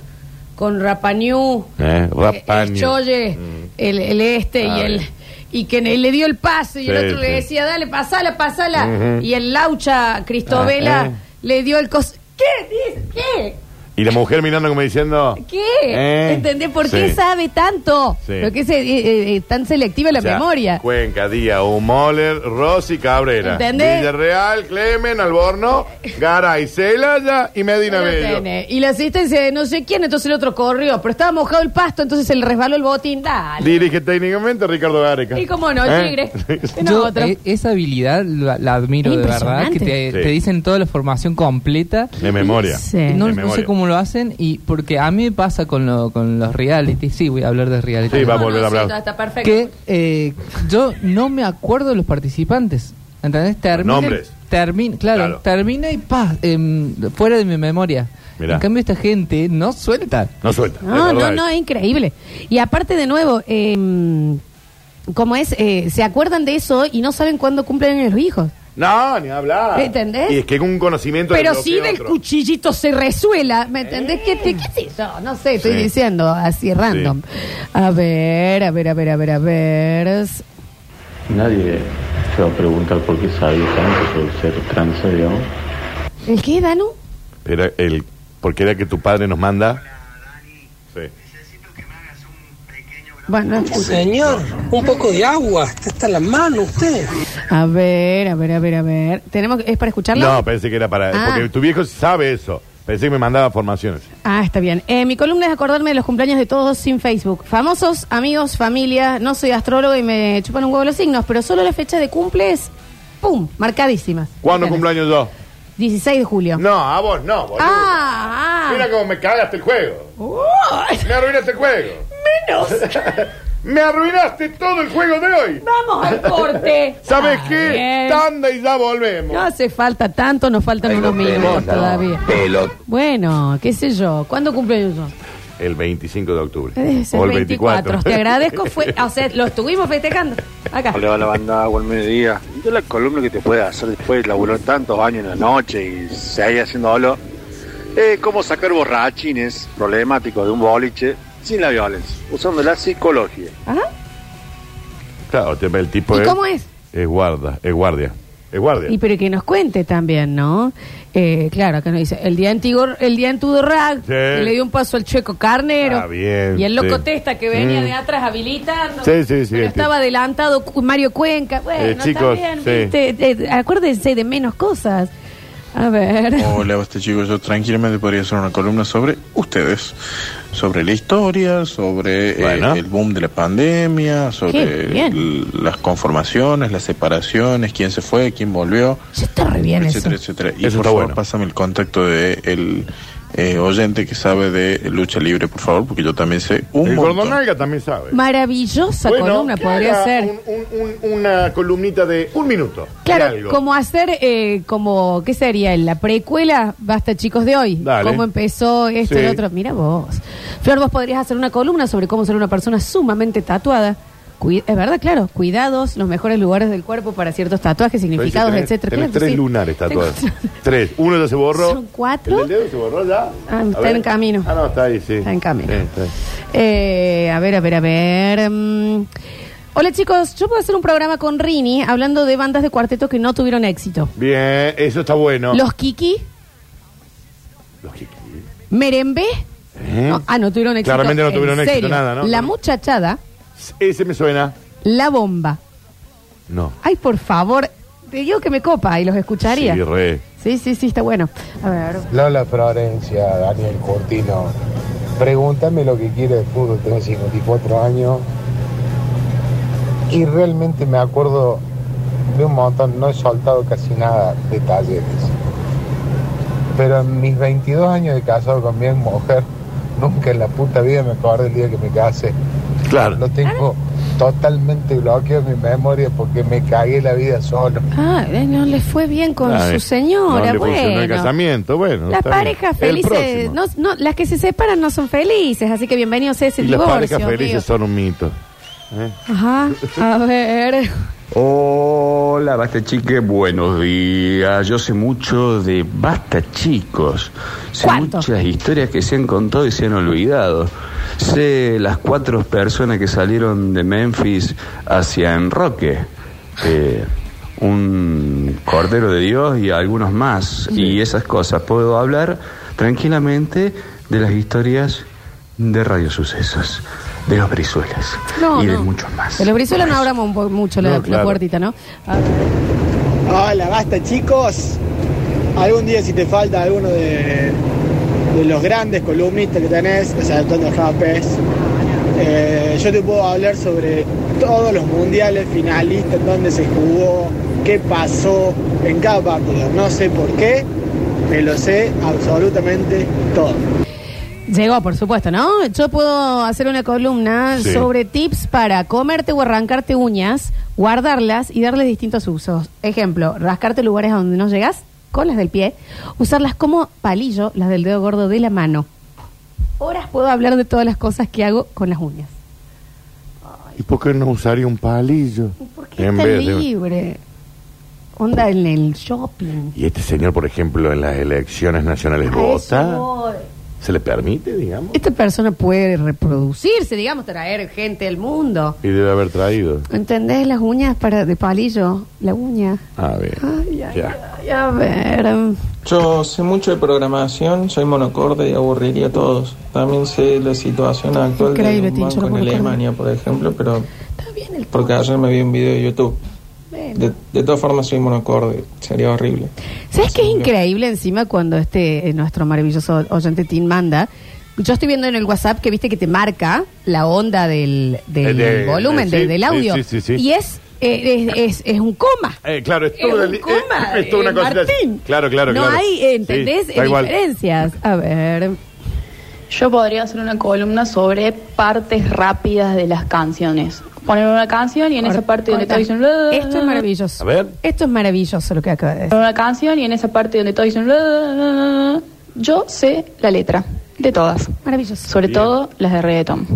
[SPEAKER 1] con Rapañú,
[SPEAKER 2] Eh,
[SPEAKER 1] el
[SPEAKER 2] Rapaño.
[SPEAKER 1] Choye, el, el este
[SPEAKER 2] Mm. Ah,
[SPEAKER 1] y el.
[SPEAKER 2] bien.
[SPEAKER 1] Y que ne- le dio el pase y el
[SPEAKER 2] Sí,
[SPEAKER 1] otro le
[SPEAKER 2] sí.
[SPEAKER 1] decía, dale, pasala, pasala.
[SPEAKER 2] Ujú.
[SPEAKER 1] Y el Laucha Cristobela
[SPEAKER 2] Ah, eh.
[SPEAKER 1] le dio el cos. ¿Qué? dice? ¿Qué?
[SPEAKER 2] Y la mujer mirando como diciendo.
[SPEAKER 1] ¿Qué?
[SPEAKER 2] Eh.
[SPEAKER 1] ¿Entendés? ¿Por
[SPEAKER 2] Sí.
[SPEAKER 1] qué sabe tanto?
[SPEAKER 2] Sí.
[SPEAKER 1] ¿Por qué es eh, eh, eh, tan selectiva la
[SPEAKER 2] O sea,
[SPEAKER 1] memoria?
[SPEAKER 2] Cuenca, Díaz, Humoler, Rossi, Cabrera.
[SPEAKER 1] ¿Entendés?
[SPEAKER 2] Villarreal, Clemen, Alborno, Garay, Celaya y Medina Bello.
[SPEAKER 1] Tiene. Y la asistencia de no sé quién, entonces el otro corrió, pero estaba mojado el pasto, entonces se le resbaló el botín. Dale.
[SPEAKER 2] Dirige técnicamente Ricardo Gareca.
[SPEAKER 1] Y cómo no,
[SPEAKER 2] ¿Eh?
[SPEAKER 1] Tigre. No,
[SPEAKER 13] Yo,
[SPEAKER 1] otra.
[SPEAKER 13] eh, esa habilidad la, la admiro
[SPEAKER 1] Es
[SPEAKER 13] de verdad, que te,
[SPEAKER 2] impresionante.
[SPEAKER 13] te dicen toda la formación completa.
[SPEAKER 2] De memoria.
[SPEAKER 13] Sí. No,
[SPEAKER 2] De
[SPEAKER 13] no sé
[SPEAKER 2] memoria.
[SPEAKER 13] cómo lo hacen, y porque a mí me pasa con, lo- con los reality, sí, voy a hablar de reality.
[SPEAKER 2] Sí, va a No, volver no, a sí, hablar. no,
[SPEAKER 1] está perfecto.
[SPEAKER 13] Que eh, yo no me acuerdo de los participantes. ¿Entendés? Termina,
[SPEAKER 2] nombres.
[SPEAKER 13] termina- claro, termina y pa, em, fuera de mi memoria.
[SPEAKER 2] Mirá.
[SPEAKER 13] En cambio, esta gente no suelta.
[SPEAKER 2] No suelta.
[SPEAKER 1] No, no, no, es increíble. Y aparte, de nuevo, eh, como es, eh, se acuerdan de eso y no saben cuándo cumplen los hijos.
[SPEAKER 2] No, ni hablar.
[SPEAKER 1] eh. ¿Entendés?
[SPEAKER 2] Y es que un conocimiento
[SPEAKER 1] Pero
[SPEAKER 2] desbloquea
[SPEAKER 1] si del
[SPEAKER 2] otro.
[SPEAKER 1] cuchillito se resuela, ¿me entendés? ¿Qué, te- qué sé yo? No sé, estoy
[SPEAKER 2] Sí.
[SPEAKER 1] diciendo así random. A ver, a ver, a ver, a ver, a ver.
[SPEAKER 6] Nadie se va a preguntar por qué sabía tanto sobre ser trans, digamos.
[SPEAKER 1] ¿El qué, Danu?
[SPEAKER 2] Pero el, porque era que tu padre nos manda. Sí.
[SPEAKER 1] Bueno,
[SPEAKER 15] Señor, un poco de agua, está hasta la mano usted.
[SPEAKER 1] A ver, a ver, a ver, a ver. ¿Tenemos, ¿Es para escucharlo?
[SPEAKER 2] No, pensé que era para.
[SPEAKER 1] Ah.
[SPEAKER 2] Porque tu viejo sabe eso. Pensé que me mandaba formaciones.
[SPEAKER 1] Ah, está bien. Eh, mi columna es acordarme de los cumpleaños de todos sin Facebook. Famosos, amigos, familia. No soy astrólogo y me chupan un huevo los signos, pero solo la fecha de cumple es, ¡pum!, marcadísima.
[SPEAKER 2] ¿Cuándo
[SPEAKER 1] Bien.
[SPEAKER 2] cumpleaños yo?
[SPEAKER 1] 16 de julio.
[SPEAKER 2] No, a vos no, boludo.
[SPEAKER 1] Ah, ah.
[SPEAKER 2] Mira cómo me cagaste el juego. Me arruinaste el juego. Menos. me arruinaste todo el juego de hoy.
[SPEAKER 1] Vamos al corte.
[SPEAKER 2] ¿Sabes
[SPEAKER 1] Está
[SPEAKER 2] qué?
[SPEAKER 1] Ah, bien.
[SPEAKER 2] Tanda y ya volvemos.
[SPEAKER 1] No hace falta tanto, nos faltan unos minutos todavía. Bueno, qué sé yo. ¿Cuándo cumpleaños yo?
[SPEAKER 2] El 25 de octubre.
[SPEAKER 1] Debe ser
[SPEAKER 2] O el
[SPEAKER 1] 24. Te agradezco. Fue, o sea, lo estuvimos festejando. Acá.
[SPEAKER 18] Hola, hola, banda, buen mediodía. Yo la columna que te puede hacer después de laburar tantos años en la noche y se haya haciendo dolor, es cómo sacar borrachines problemáticos de un boliche sin la violencia, usando la psicología.
[SPEAKER 2] Claro, te- el tipo
[SPEAKER 1] ¿Y
[SPEAKER 2] es.
[SPEAKER 1] cómo es?
[SPEAKER 2] Es guarda, es guardia. Es guardia.
[SPEAKER 1] Y pero que nos cuente también, ¿no? Eh, claro, acá nos dice, el día antiguo, el día en Tudorrag, que le dio un paso al chueco carnero.
[SPEAKER 2] Ah, bien,
[SPEAKER 1] Y el loco
[SPEAKER 2] sí.
[SPEAKER 1] testa que venía
[SPEAKER 2] Mm.
[SPEAKER 1] de atrás habilitando.
[SPEAKER 2] Sí, sí, sí,
[SPEAKER 1] Pero
[SPEAKER 2] el
[SPEAKER 1] estaba adelantado Cu- Mario Cuenca. Bueno,
[SPEAKER 19] Eh, chicos,
[SPEAKER 1] también,
[SPEAKER 19] sí.
[SPEAKER 1] viste, eh, acuérdense de menos cosas. A ver.
[SPEAKER 19] Hola, este chico, yo tranquilamente podría hacer una columna sobre ustedes, sobre la historia, sobre eh,
[SPEAKER 2] Ah.
[SPEAKER 19] el boom de la pandemia,
[SPEAKER 1] Qué
[SPEAKER 19] sobre
[SPEAKER 1] bien.
[SPEAKER 19] l- las conformaciones, las separaciones, quién se fue, quién volvió,
[SPEAKER 1] bien
[SPEAKER 19] etcétera, etcétera. Y por favor, pásame el contacto de el eh, oyente que sabe de lucha libre, por favor, porque yo también sé un
[SPEAKER 2] El
[SPEAKER 19] montón.
[SPEAKER 2] Gordonalga también sabe.
[SPEAKER 1] Maravillosa
[SPEAKER 2] Bueno,
[SPEAKER 1] columna
[SPEAKER 2] que
[SPEAKER 1] podría
[SPEAKER 2] haga
[SPEAKER 1] ser.
[SPEAKER 2] un- un- un- una columnita de un minuto. de
[SPEAKER 1] Claro,
[SPEAKER 2] algo.
[SPEAKER 1] como hacer, eh, como, ¿qué sería? La precuela, basta chicos de hoy.
[SPEAKER 2] Dale.
[SPEAKER 1] ¿Cómo empezó esto
[SPEAKER 2] Sí.
[SPEAKER 1] y lo otro? Mira vos. Flor, vos podrías hacer una columna sobre cómo ser una persona sumamente tatuada. Cui- es verdad, claro. Cuidados, los mejores lugares del cuerpo para ciertos tatuajes, significados,
[SPEAKER 2] Tenés-
[SPEAKER 1] etcétera. Claro
[SPEAKER 2] tenés
[SPEAKER 1] que
[SPEAKER 2] tres
[SPEAKER 1] sí.
[SPEAKER 2] lunares tatuados.
[SPEAKER 1] Tengo-
[SPEAKER 2] Tres. Uno ya se borró.
[SPEAKER 1] Son cuatro.
[SPEAKER 2] ¿El del dedo se borró ya?
[SPEAKER 1] Ah,
[SPEAKER 2] A
[SPEAKER 1] está
[SPEAKER 2] ver.
[SPEAKER 1] en camino.
[SPEAKER 2] Ah, no, está ahí, sí.
[SPEAKER 1] Está en camino.
[SPEAKER 2] Sí, está ahí.
[SPEAKER 1] Eh, a ver, a ver, a ver. Mm. Hola chicos, yo puedo hacer un programa con Rini hablando de bandas de cuarteto que no tuvieron éxito.
[SPEAKER 2] Bien, eso está bueno.
[SPEAKER 1] Los Kiki. Los
[SPEAKER 2] Kiki.
[SPEAKER 1] Merembé.
[SPEAKER 2] ¿Eh?
[SPEAKER 1] No, ah, no tuvieron éxito.
[SPEAKER 2] Claramente no
[SPEAKER 1] En
[SPEAKER 2] tuvieron éxito,
[SPEAKER 1] serio.
[SPEAKER 2] nada, ¿no?
[SPEAKER 1] La muchachada,
[SPEAKER 2] Ese me suena.
[SPEAKER 1] la bomba.
[SPEAKER 2] No.
[SPEAKER 1] Ay, por favor, te digo que me copa y los escucharía.
[SPEAKER 2] Sí, re.
[SPEAKER 1] Sí, sí, sí, está bueno. A ver.
[SPEAKER 20] Lola Florencia, Daniel Curtino. Pregúntame lo que quiero de fútbol, tengo 54 años. Y realmente me acuerdo de un montón, no he soltado casi nada de talleres. Pero en mis 22 años de casado con mi mujer, nunca en la puta vida me acordé el día que me casé.
[SPEAKER 2] Claro.
[SPEAKER 20] Lo tengo totalmente bloqueado en mi memoria porque me cagué la vida solo.
[SPEAKER 1] Ah, eh, no le fue bien con
[SPEAKER 2] Ah, eh,
[SPEAKER 1] su señora.
[SPEAKER 2] no le funcionó el
[SPEAKER 1] bueno.
[SPEAKER 2] casamiento, bueno.
[SPEAKER 1] Las
[SPEAKER 2] está bien.
[SPEAKER 1] parejas
[SPEAKER 2] El
[SPEAKER 1] felices,
[SPEAKER 2] próximo.
[SPEAKER 1] no, no, las que se separan no son felices, así que bienvenidos a ese
[SPEAKER 2] Y las
[SPEAKER 1] divorcio.
[SPEAKER 2] parejas felices
[SPEAKER 1] amigo.
[SPEAKER 2] son un mito. ¿eh?
[SPEAKER 1] Ajá, a ver.
[SPEAKER 21] Hola, basta chique, buenos días. Yo sé mucho de basta chicos. Sé muchas historias que se han contado y se han olvidado. Sé las cuatro personas que salieron de Memphis hacia Enroque. Eh, un Cordero de Dios y algunos más. Y esas cosas. Puedo hablar tranquilamente de las historias de Radio Sucesos, de los Brizuelas
[SPEAKER 1] No,
[SPEAKER 21] y de
[SPEAKER 1] no.
[SPEAKER 21] muchos más.
[SPEAKER 1] De los brisolas no abramos un po- mucho la,
[SPEAKER 21] No,
[SPEAKER 1] la
[SPEAKER 21] claro.
[SPEAKER 1] puertita, ¿no? A ver.
[SPEAKER 22] Hola, basta chicos. Algún día si te falta alguno de, de los grandes columnistas que tenés, exceptuando a Rapes, eh, yo te puedo hablar sobre todos los mundiales finalistas, dónde se jugó, qué pasó en cada partido. No sé por qué, me lo sé absolutamente todo.
[SPEAKER 1] Llegó, por supuesto, ¿no? Yo puedo hacer una columna
[SPEAKER 22] Sí.
[SPEAKER 1] sobre tips para comerte o arrancarte uñas, guardarlas y darles distintos usos. Ejemplo, rascarte lugares a donde no llegas con las del pie, usarlas como palillo, las del dedo gordo de la mano. Horas puedo hablar de todas las cosas que hago con las uñas.
[SPEAKER 2] ¿Y por qué no usaría un palillo? En
[SPEAKER 1] Está
[SPEAKER 2] vez de-
[SPEAKER 1] libre. Onda en el shopping.
[SPEAKER 2] Y este señor, por ejemplo, en las elecciones nacionales vota. ¿Se le permite, digamos?
[SPEAKER 1] Esta persona puede reproducirse, digamos, traer gente del mundo.
[SPEAKER 2] Y debe haber traído.
[SPEAKER 1] ¿Entendés las uñas para de palillo? La uña.
[SPEAKER 2] A ver.
[SPEAKER 1] Ya. Ay, a ver.
[SPEAKER 23] Yo sé mucho de programación, soy monocorde y aburriría a todos. También sé la situación actual de
[SPEAKER 1] Increíble,
[SPEAKER 23] un
[SPEAKER 1] Tincho,
[SPEAKER 23] banco en
[SPEAKER 1] no puedo
[SPEAKER 23] Alemania, por ejemplo, pero porque ayer me vi un video de YouTube. De, de todas formas soy monocorde, sería horrible.
[SPEAKER 1] ¿Sabes qué es increíble encima cuando este eh, nuestro maravilloso oyente Tim manda? Yo estoy viendo en el WhatsApp que viste que te marca la onda del, del
[SPEAKER 2] Eh, de-
[SPEAKER 1] volumen,
[SPEAKER 2] eh, sí,
[SPEAKER 1] de- del
[SPEAKER 2] sí,
[SPEAKER 1] audio.
[SPEAKER 2] sí, sí, sí.
[SPEAKER 1] Y es, eh, es, es, es un coma.
[SPEAKER 2] Eh, claro, es
[SPEAKER 1] Es
[SPEAKER 2] todo
[SPEAKER 1] un coma, eh, Martín.
[SPEAKER 2] Claro, claro,
[SPEAKER 1] no
[SPEAKER 2] claro.
[SPEAKER 1] hay, eh, ¿entendés?
[SPEAKER 2] Sí, da igual.
[SPEAKER 1] diferencias. A ver.
[SPEAKER 24] Yo podría hacer una columna sobre partes rápidas de las canciones. Poner una canción y en esa parte donde
[SPEAKER 1] Corta.
[SPEAKER 14] está
[SPEAKER 24] todos dicen...
[SPEAKER 1] Esto es maravilloso.
[SPEAKER 24] A ver.
[SPEAKER 1] Esto es maravilloso lo que acaba de decir.
[SPEAKER 24] Poner una canción y en esa parte donde todos dicen... Yo sé la letra de todas.
[SPEAKER 1] Maravilloso.
[SPEAKER 24] Sobre
[SPEAKER 2] Bien.
[SPEAKER 24] todo las de reggaetón.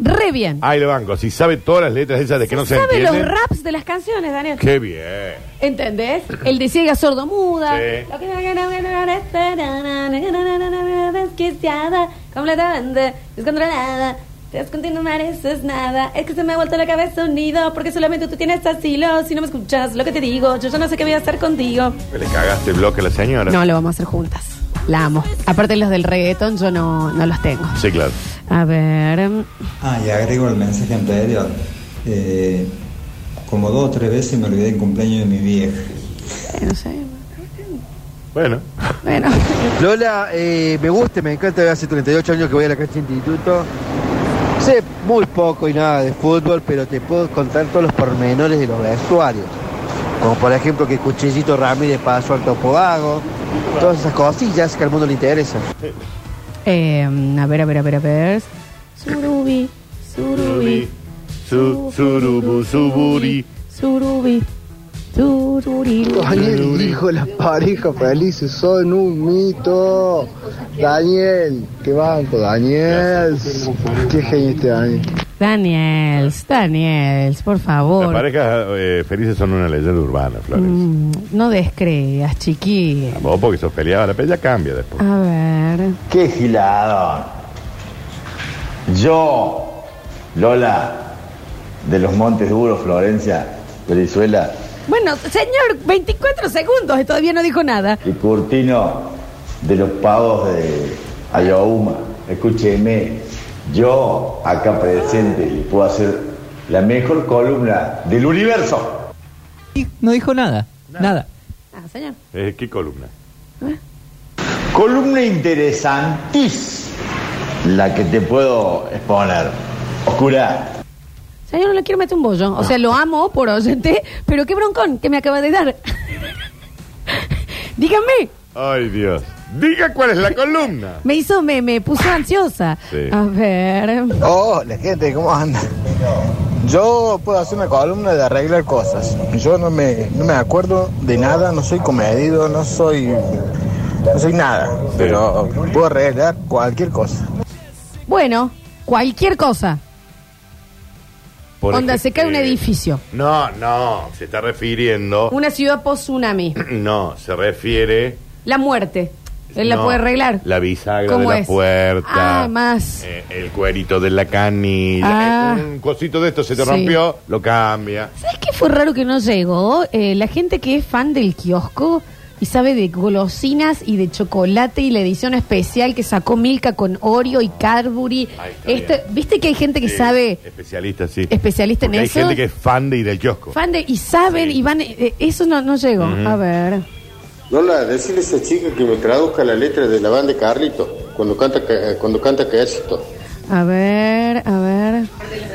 [SPEAKER 1] Re bien.
[SPEAKER 2] Ay, lo banco. Si sabe todas las letras esas de Ah, que no se
[SPEAKER 1] ¿Sabe los
[SPEAKER 2] entienden.
[SPEAKER 1] raps de las canciones, Daniel?
[SPEAKER 2] Qué bien.
[SPEAKER 1] ¿Entendés? El de ciega sordo muda.
[SPEAKER 2] Sí.
[SPEAKER 1] Lo que no gana, gana, gana, Desquiciada, completamente descontrolada. Descontinuar eso es nada. Es que se me ha vuelto la cabeza un nido. Porque solamente tú tienes asilo. Si no me escuchas lo que te digo, yo ya no sé qué voy a hacer contigo.
[SPEAKER 2] Le cagaste el bloque a la señora.
[SPEAKER 1] No, lo vamos a hacer juntas. La amo. Aparte, los del reggaetón, yo no, no los tengo. Eh,
[SPEAKER 2] Sí, claro.
[SPEAKER 1] A ver. em,
[SPEAKER 25] Ah, y agrego el mensaje anterior. Eh, como dos o tres veces me olvidé el cumpleaños de mi vieja.
[SPEAKER 1] No sé.
[SPEAKER 2] Bueno.
[SPEAKER 1] Bueno.
[SPEAKER 26] Lola, eh, me gusta, y me encanta, hace 38 años que voy a la cancha de instituto. Sé muy poco y nada de fútbol, pero te puedo contar todos los pormenores de los vestuarios. Como por ejemplo que Cuchillito Ramírez pasó al Topodago, todas esas cosillas que al mundo le interesa.
[SPEAKER 1] Eh, a ver, a ver, a ver, a ver. Surubi, surubi,
[SPEAKER 2] Surubi, su- surubu, suburi.
[SPEAKER 1] surubi, sururi.
[SPEAKER 27] Daniel dijo las parejas felices son un mito. Daniel, qué banco, Daniel. Qué genio este Daniel.
[SPEAKER 1] Daniels, Daniels, por
[SPEAKER 2] Las
[SPEAKER 1] favor.
[SPEAKER 2] parejas eh, felices son una leyenda urbana, Flores.
[SPEAKER 1] Mm, no descreas, chiqui.
[SPEAKER 2] Vos porque sos peleada, la pelea cambia después.
[SPEAKER 1] A ver.
[SPEAKER 28] ¡Qué giladón! Yo, Lola, de los Montes Duros, Florencia, Venezuela,
[SPEAKER 1] Bueno, señor, 24 segundos y todavía no dijo nada.
[SPEAKER 28] y Curtino, de los Pavos de Ayohuma. Escúcheme, yo, acá presente, le puedo hacer la mejor columna del universo.
[SPEAKER 13] No dijo nada. Nada.
[SPEAKER 1] Ah, señor.
[SPEAKER 2] Eh, ¿Qué columna?
[SPEAKER 28] Columna interesantísima, la que te puedo exponer. Oscura.
[SPEAKER 1] Señor, no le quiero meter un bollo.
[SPEAKER 2] Ah.
[SPEAKER 1] O sea, lo amo por oyente, pero qué broncón que me acaba de dar. Dígame.
[SPEAKER 2] Ay, Dios. Diga cuál es la columna.
[SPEAKER 1] Me hizo, me, me puso ansiosa.
[SPEAKER 2] Sí.
[SPEAKER 1] A ver.
[SPEAKER 3] Oh, la gente, ¿cómo anda? Yo puedo hacer una columna de arreglar cosas. Yo no me, no me acuerdo de nada, no soy comedido, no soy, no soy nada. Pero puedo arreglar cualquier cosa.
[SPEAKER 1] Bueno, cualquier cosa.
[SPEAKER 2] Por eh,
[SPEAKER 1] Onda, se cae un edificio.
[SPEAKER 2] No, no, se está refiriendo.
[SPEAKER 1] Una ciudad post-tsunami.
[SPEAKER 2] No, se refiere.
[SPEAKER 1] La muerte. Él la
[SPEAKER 2] no,
[SPEAKER 1] puede arreglar.
[SPEAKER 2] La bisagra de
[SPEAKER 1] ¿Cómo
[SPEAKER 2] la
[SPEAKER 1] es?
[SPEAKER 2] puerta.
[SPEAKER 1] Ah, más.
[SPEAKER 2] eh, el cuerito de la canilla.
[SPEAKER 1] Ah.
[SPEAKER 2] eh, un cosito de esto se te
[SPEAKER 1] Sí.
[SPEAKER 2] rompió, lo cambia.
[SPEAKER 1] ¿Sabes qué fue raro que no llegó? Eh, la gente que es fan del kiosco y sabe de golosinas y de chocolate y la edición especial que sacó Milka con Oreo y Cadbury. Esto- ¿Viste que hay gente que
[SPEAKER 2] Sí,
[SPEAKER 1] sabe,
[SPEAKER 2] Eh, Especialista, sí.
[SPEAKER 1] especialista
[SPEAKER 2] Porque
[SPEAKER 1] en
[SPEAKER 2] hay
[SPEAKER 1] eso?
[SPEAKER 2] gente que es fan de ir al kiosco.
[SPEAKER 1] fan de, y saben, y van, eh, eso no, no llegó.
[SPEAKER 4] Ujú.
[SPEAKER 1] A ver.
[SPEAKER 4] Lola, decirle a esa chica que me traduzca la letra de la banda de Carlito cuando canta que- cuando canta que éxito.
[SPEAKER 1] A ver, a ver.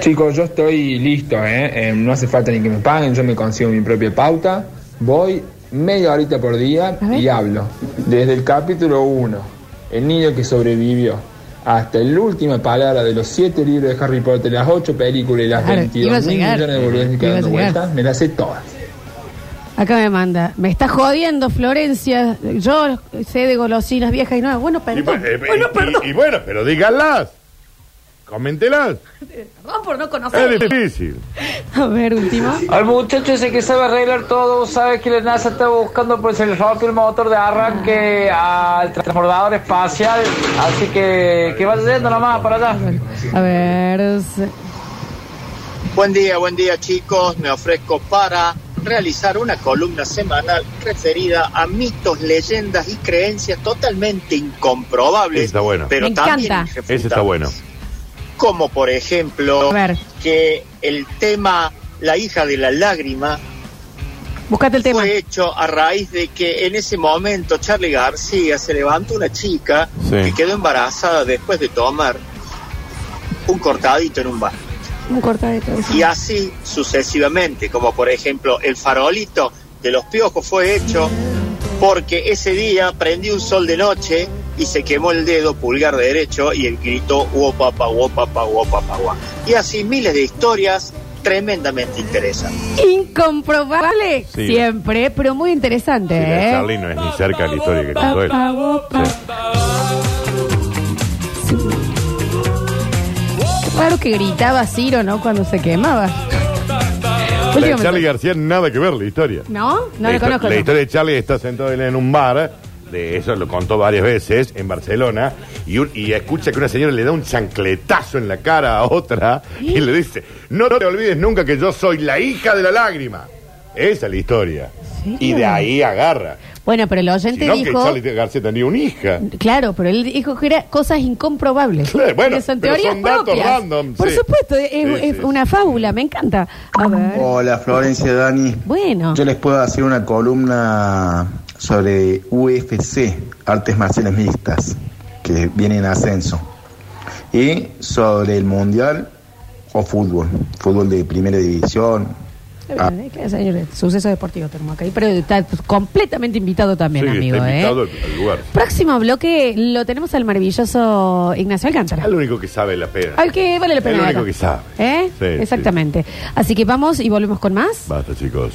[SPEAKER 23] Chicos, yo estoy listo, ¿eh? Eh, no hace falta ni que me paguen, yo me consigo mi propia pauta, voy media horita por día y hablo. Desde el capítulo 1, el niño que sobrevivió, hasta la última palabra de los 7 libros de Harry Potter, las 8 películas y las
[SPEAKER 1] Claro,
[SPEAKER 23] 22
[SPEAKER 1] iba a
[SPEAKER 23] mil
[SPEAKER 1] llegar.
[SPEAKER 23] millones de boludeces que
[SPEAKER 1] Iba a
[SPEAKER 23] dando
[SPEAKER 1] llegar.
[SPEAKER 23] vueltas, me las sé todas.
[SPEAKER 1] Acá me manda. Me está jodiendo, Florencia. Yo sé de golosinas viejas y nuevas. Bueno,
[SPEAKER 2] Y,
[SPEAKER 1] perdón.
[SPEAKER 2] eh, y- y- y bueno, pero díganlas. Coméntelas.
[SPEAKER 1] Perdón por no
[SPEAKER 2] Es
[SPEAKER 1] conocer.
[SPEAKER 2] difícil.
[SPEAKER 1] A ver, último.
[SPEAKER 5] Al muchacho ese que sabe arreglar todo, sabe que la NASA está buscando pues el rompió el motor de arranque al transbordador espacial, así que que vaya yendo nomás para allá.
[SPEAKER 1] A ver. se-
[SPEAKER 7] Buen día, buen día chicos. Me ofrezco para realizar una columna semanal referida a mitos, leyendas y creencias totalmente incomprobables.
[SPEAKER 2] Está bueno.
[SPEAKER 7] Pero
[SPEAKER 2] Me
[SPEAKER 7] también
[SPEAKER 2] encanta.
[SPEAKER 7] irrefutables.
[SPEAKER 2] Ese está bueno.
[SPEAKER 7] Como por ejemplo
[SPEAKER 1] A ver.
[SPEAKER 7] que el tema La hija de la lágrima
[SPEAKER 1] Buscate el tema.
[SPEAKER 7] fue hecho a raíz de que en ese momento Charlie García se levantó una chica
[SPEAKER 1] Sí.
[SPEAKER 7] que quedó embarazada después de tomar un cortadito en un bar.
[SPEAKER 1] Un cortadito.
[SPEAKER 7] Y así sucesivamente, como por ejemplo el farolito de los piojos fue hecho porque ese día prendí un sol de noche y se quemó el dedo pulgar derecho y el grito guopapa, guopapa, guopapa, guá. Y así miles de historias tremendamente interesantes.
[SPEAKER 1] Incomprobable
[SPEAKER 7] Sí.
[SPEAKER 1] siempre, pero muy interesante,
[SPEAKER 7] Sí, la
[SPEAKER 1] ¿eh?
[SPEAKER 2] Charlie no es ni cerca de la historia que contó él.
[SPEAKER 1] Pa, pa, pa. Claro que gritaba Ciro, ¿no? Cuando se quemaba.
[SPEAKER 2] La de Charlie García nada que ver la historia.
[SPEAKER 1] ¿No? No
[SPEAKER 2] la
[SPEAKER 1] lo
[SPEAKER 2] histo-
[SPEAKER 1] conozco.
[SPEAKER 2] La
[SPEAKER 1] no.
[SPEAKER 2] historia de Charlie está sentado él en un bar, de eso lo contó varias veces, en Barcelona, y, un- y escucha que una señora le da un chancletazo en la cara a otra y le dice, no te olvides nunca que yo soy la hija de la lágrima. Esa es la historia. Y de ahí agarra.
[SPEAKER 1] Bueno, pero el oyente
[SPEAKER 2] Sino que
[SPEAKER 1] dijo.
[SPEAKER 2] Charlie García tenía una hija.
[SPEAKER 1] Claro, pero él dijo que era cosas incomprobables.
[SPEAKER 2] Claro, bueno,
[SPEAKER 1] que son
[SPEAKER 2] pero
[SPEAKER 1] teorías
[SPEAKER 2] son datos
[SPEAKER 1] propias.
[SPEAKER 2] random,
[SPEAKER 1] Por
[SPEAKER 2] sí.
[SPEAKER 1] supuesto, es,
[SPEAKER 3] Sí,
[SPEAKER 1] es
[SPEAKER 3] sí.
[SPEAKER 1] una fábula, me encanta. A ver.
[SPEAKER 3] Hola Florencia Dani.
[SPEAKER 1] Bueno.
[SPEAKER 3] Yo les puedo hacer una columna sobre UFC, artes marciales mixtas, que viene en ascenso. Y sobre el mundial o fútbol, fútbol de primera división.
[SPEAKER 1] Está
[SPEAKER 2] Ah.
[SPEAKER 1] bien, ¿eh? Claro, señores, Suceso deportivo tenemos acá. Pero está pues, completamente invitado también,
[SPEAKER 2] Sí,
[SPEAKER 1] amigo.
[SPEAKER 2] está
[SPEAKER 1] ¿eh?
[SPEAKER 2] invitado al- al lugar.
[SPEAKER 1] Próximo bloque lo tenemos al maravilloso Ignacio Alcántara.
[SPEAKER 2] Al único que sabe la pena.
[SPEAKER 1] Al que vale la pena.
[SPEAKER 2] El
[SPEAKER 1] acá.
[SPEAKER 2] único que sabe.
[SPEAKER 1] ¿Eh?
[SPEAKER 2] Sí,
[SPEAKER 1] Exactamente. Así que vamos y volvemos con más.
[SPEAKER 2] Basta, chicos.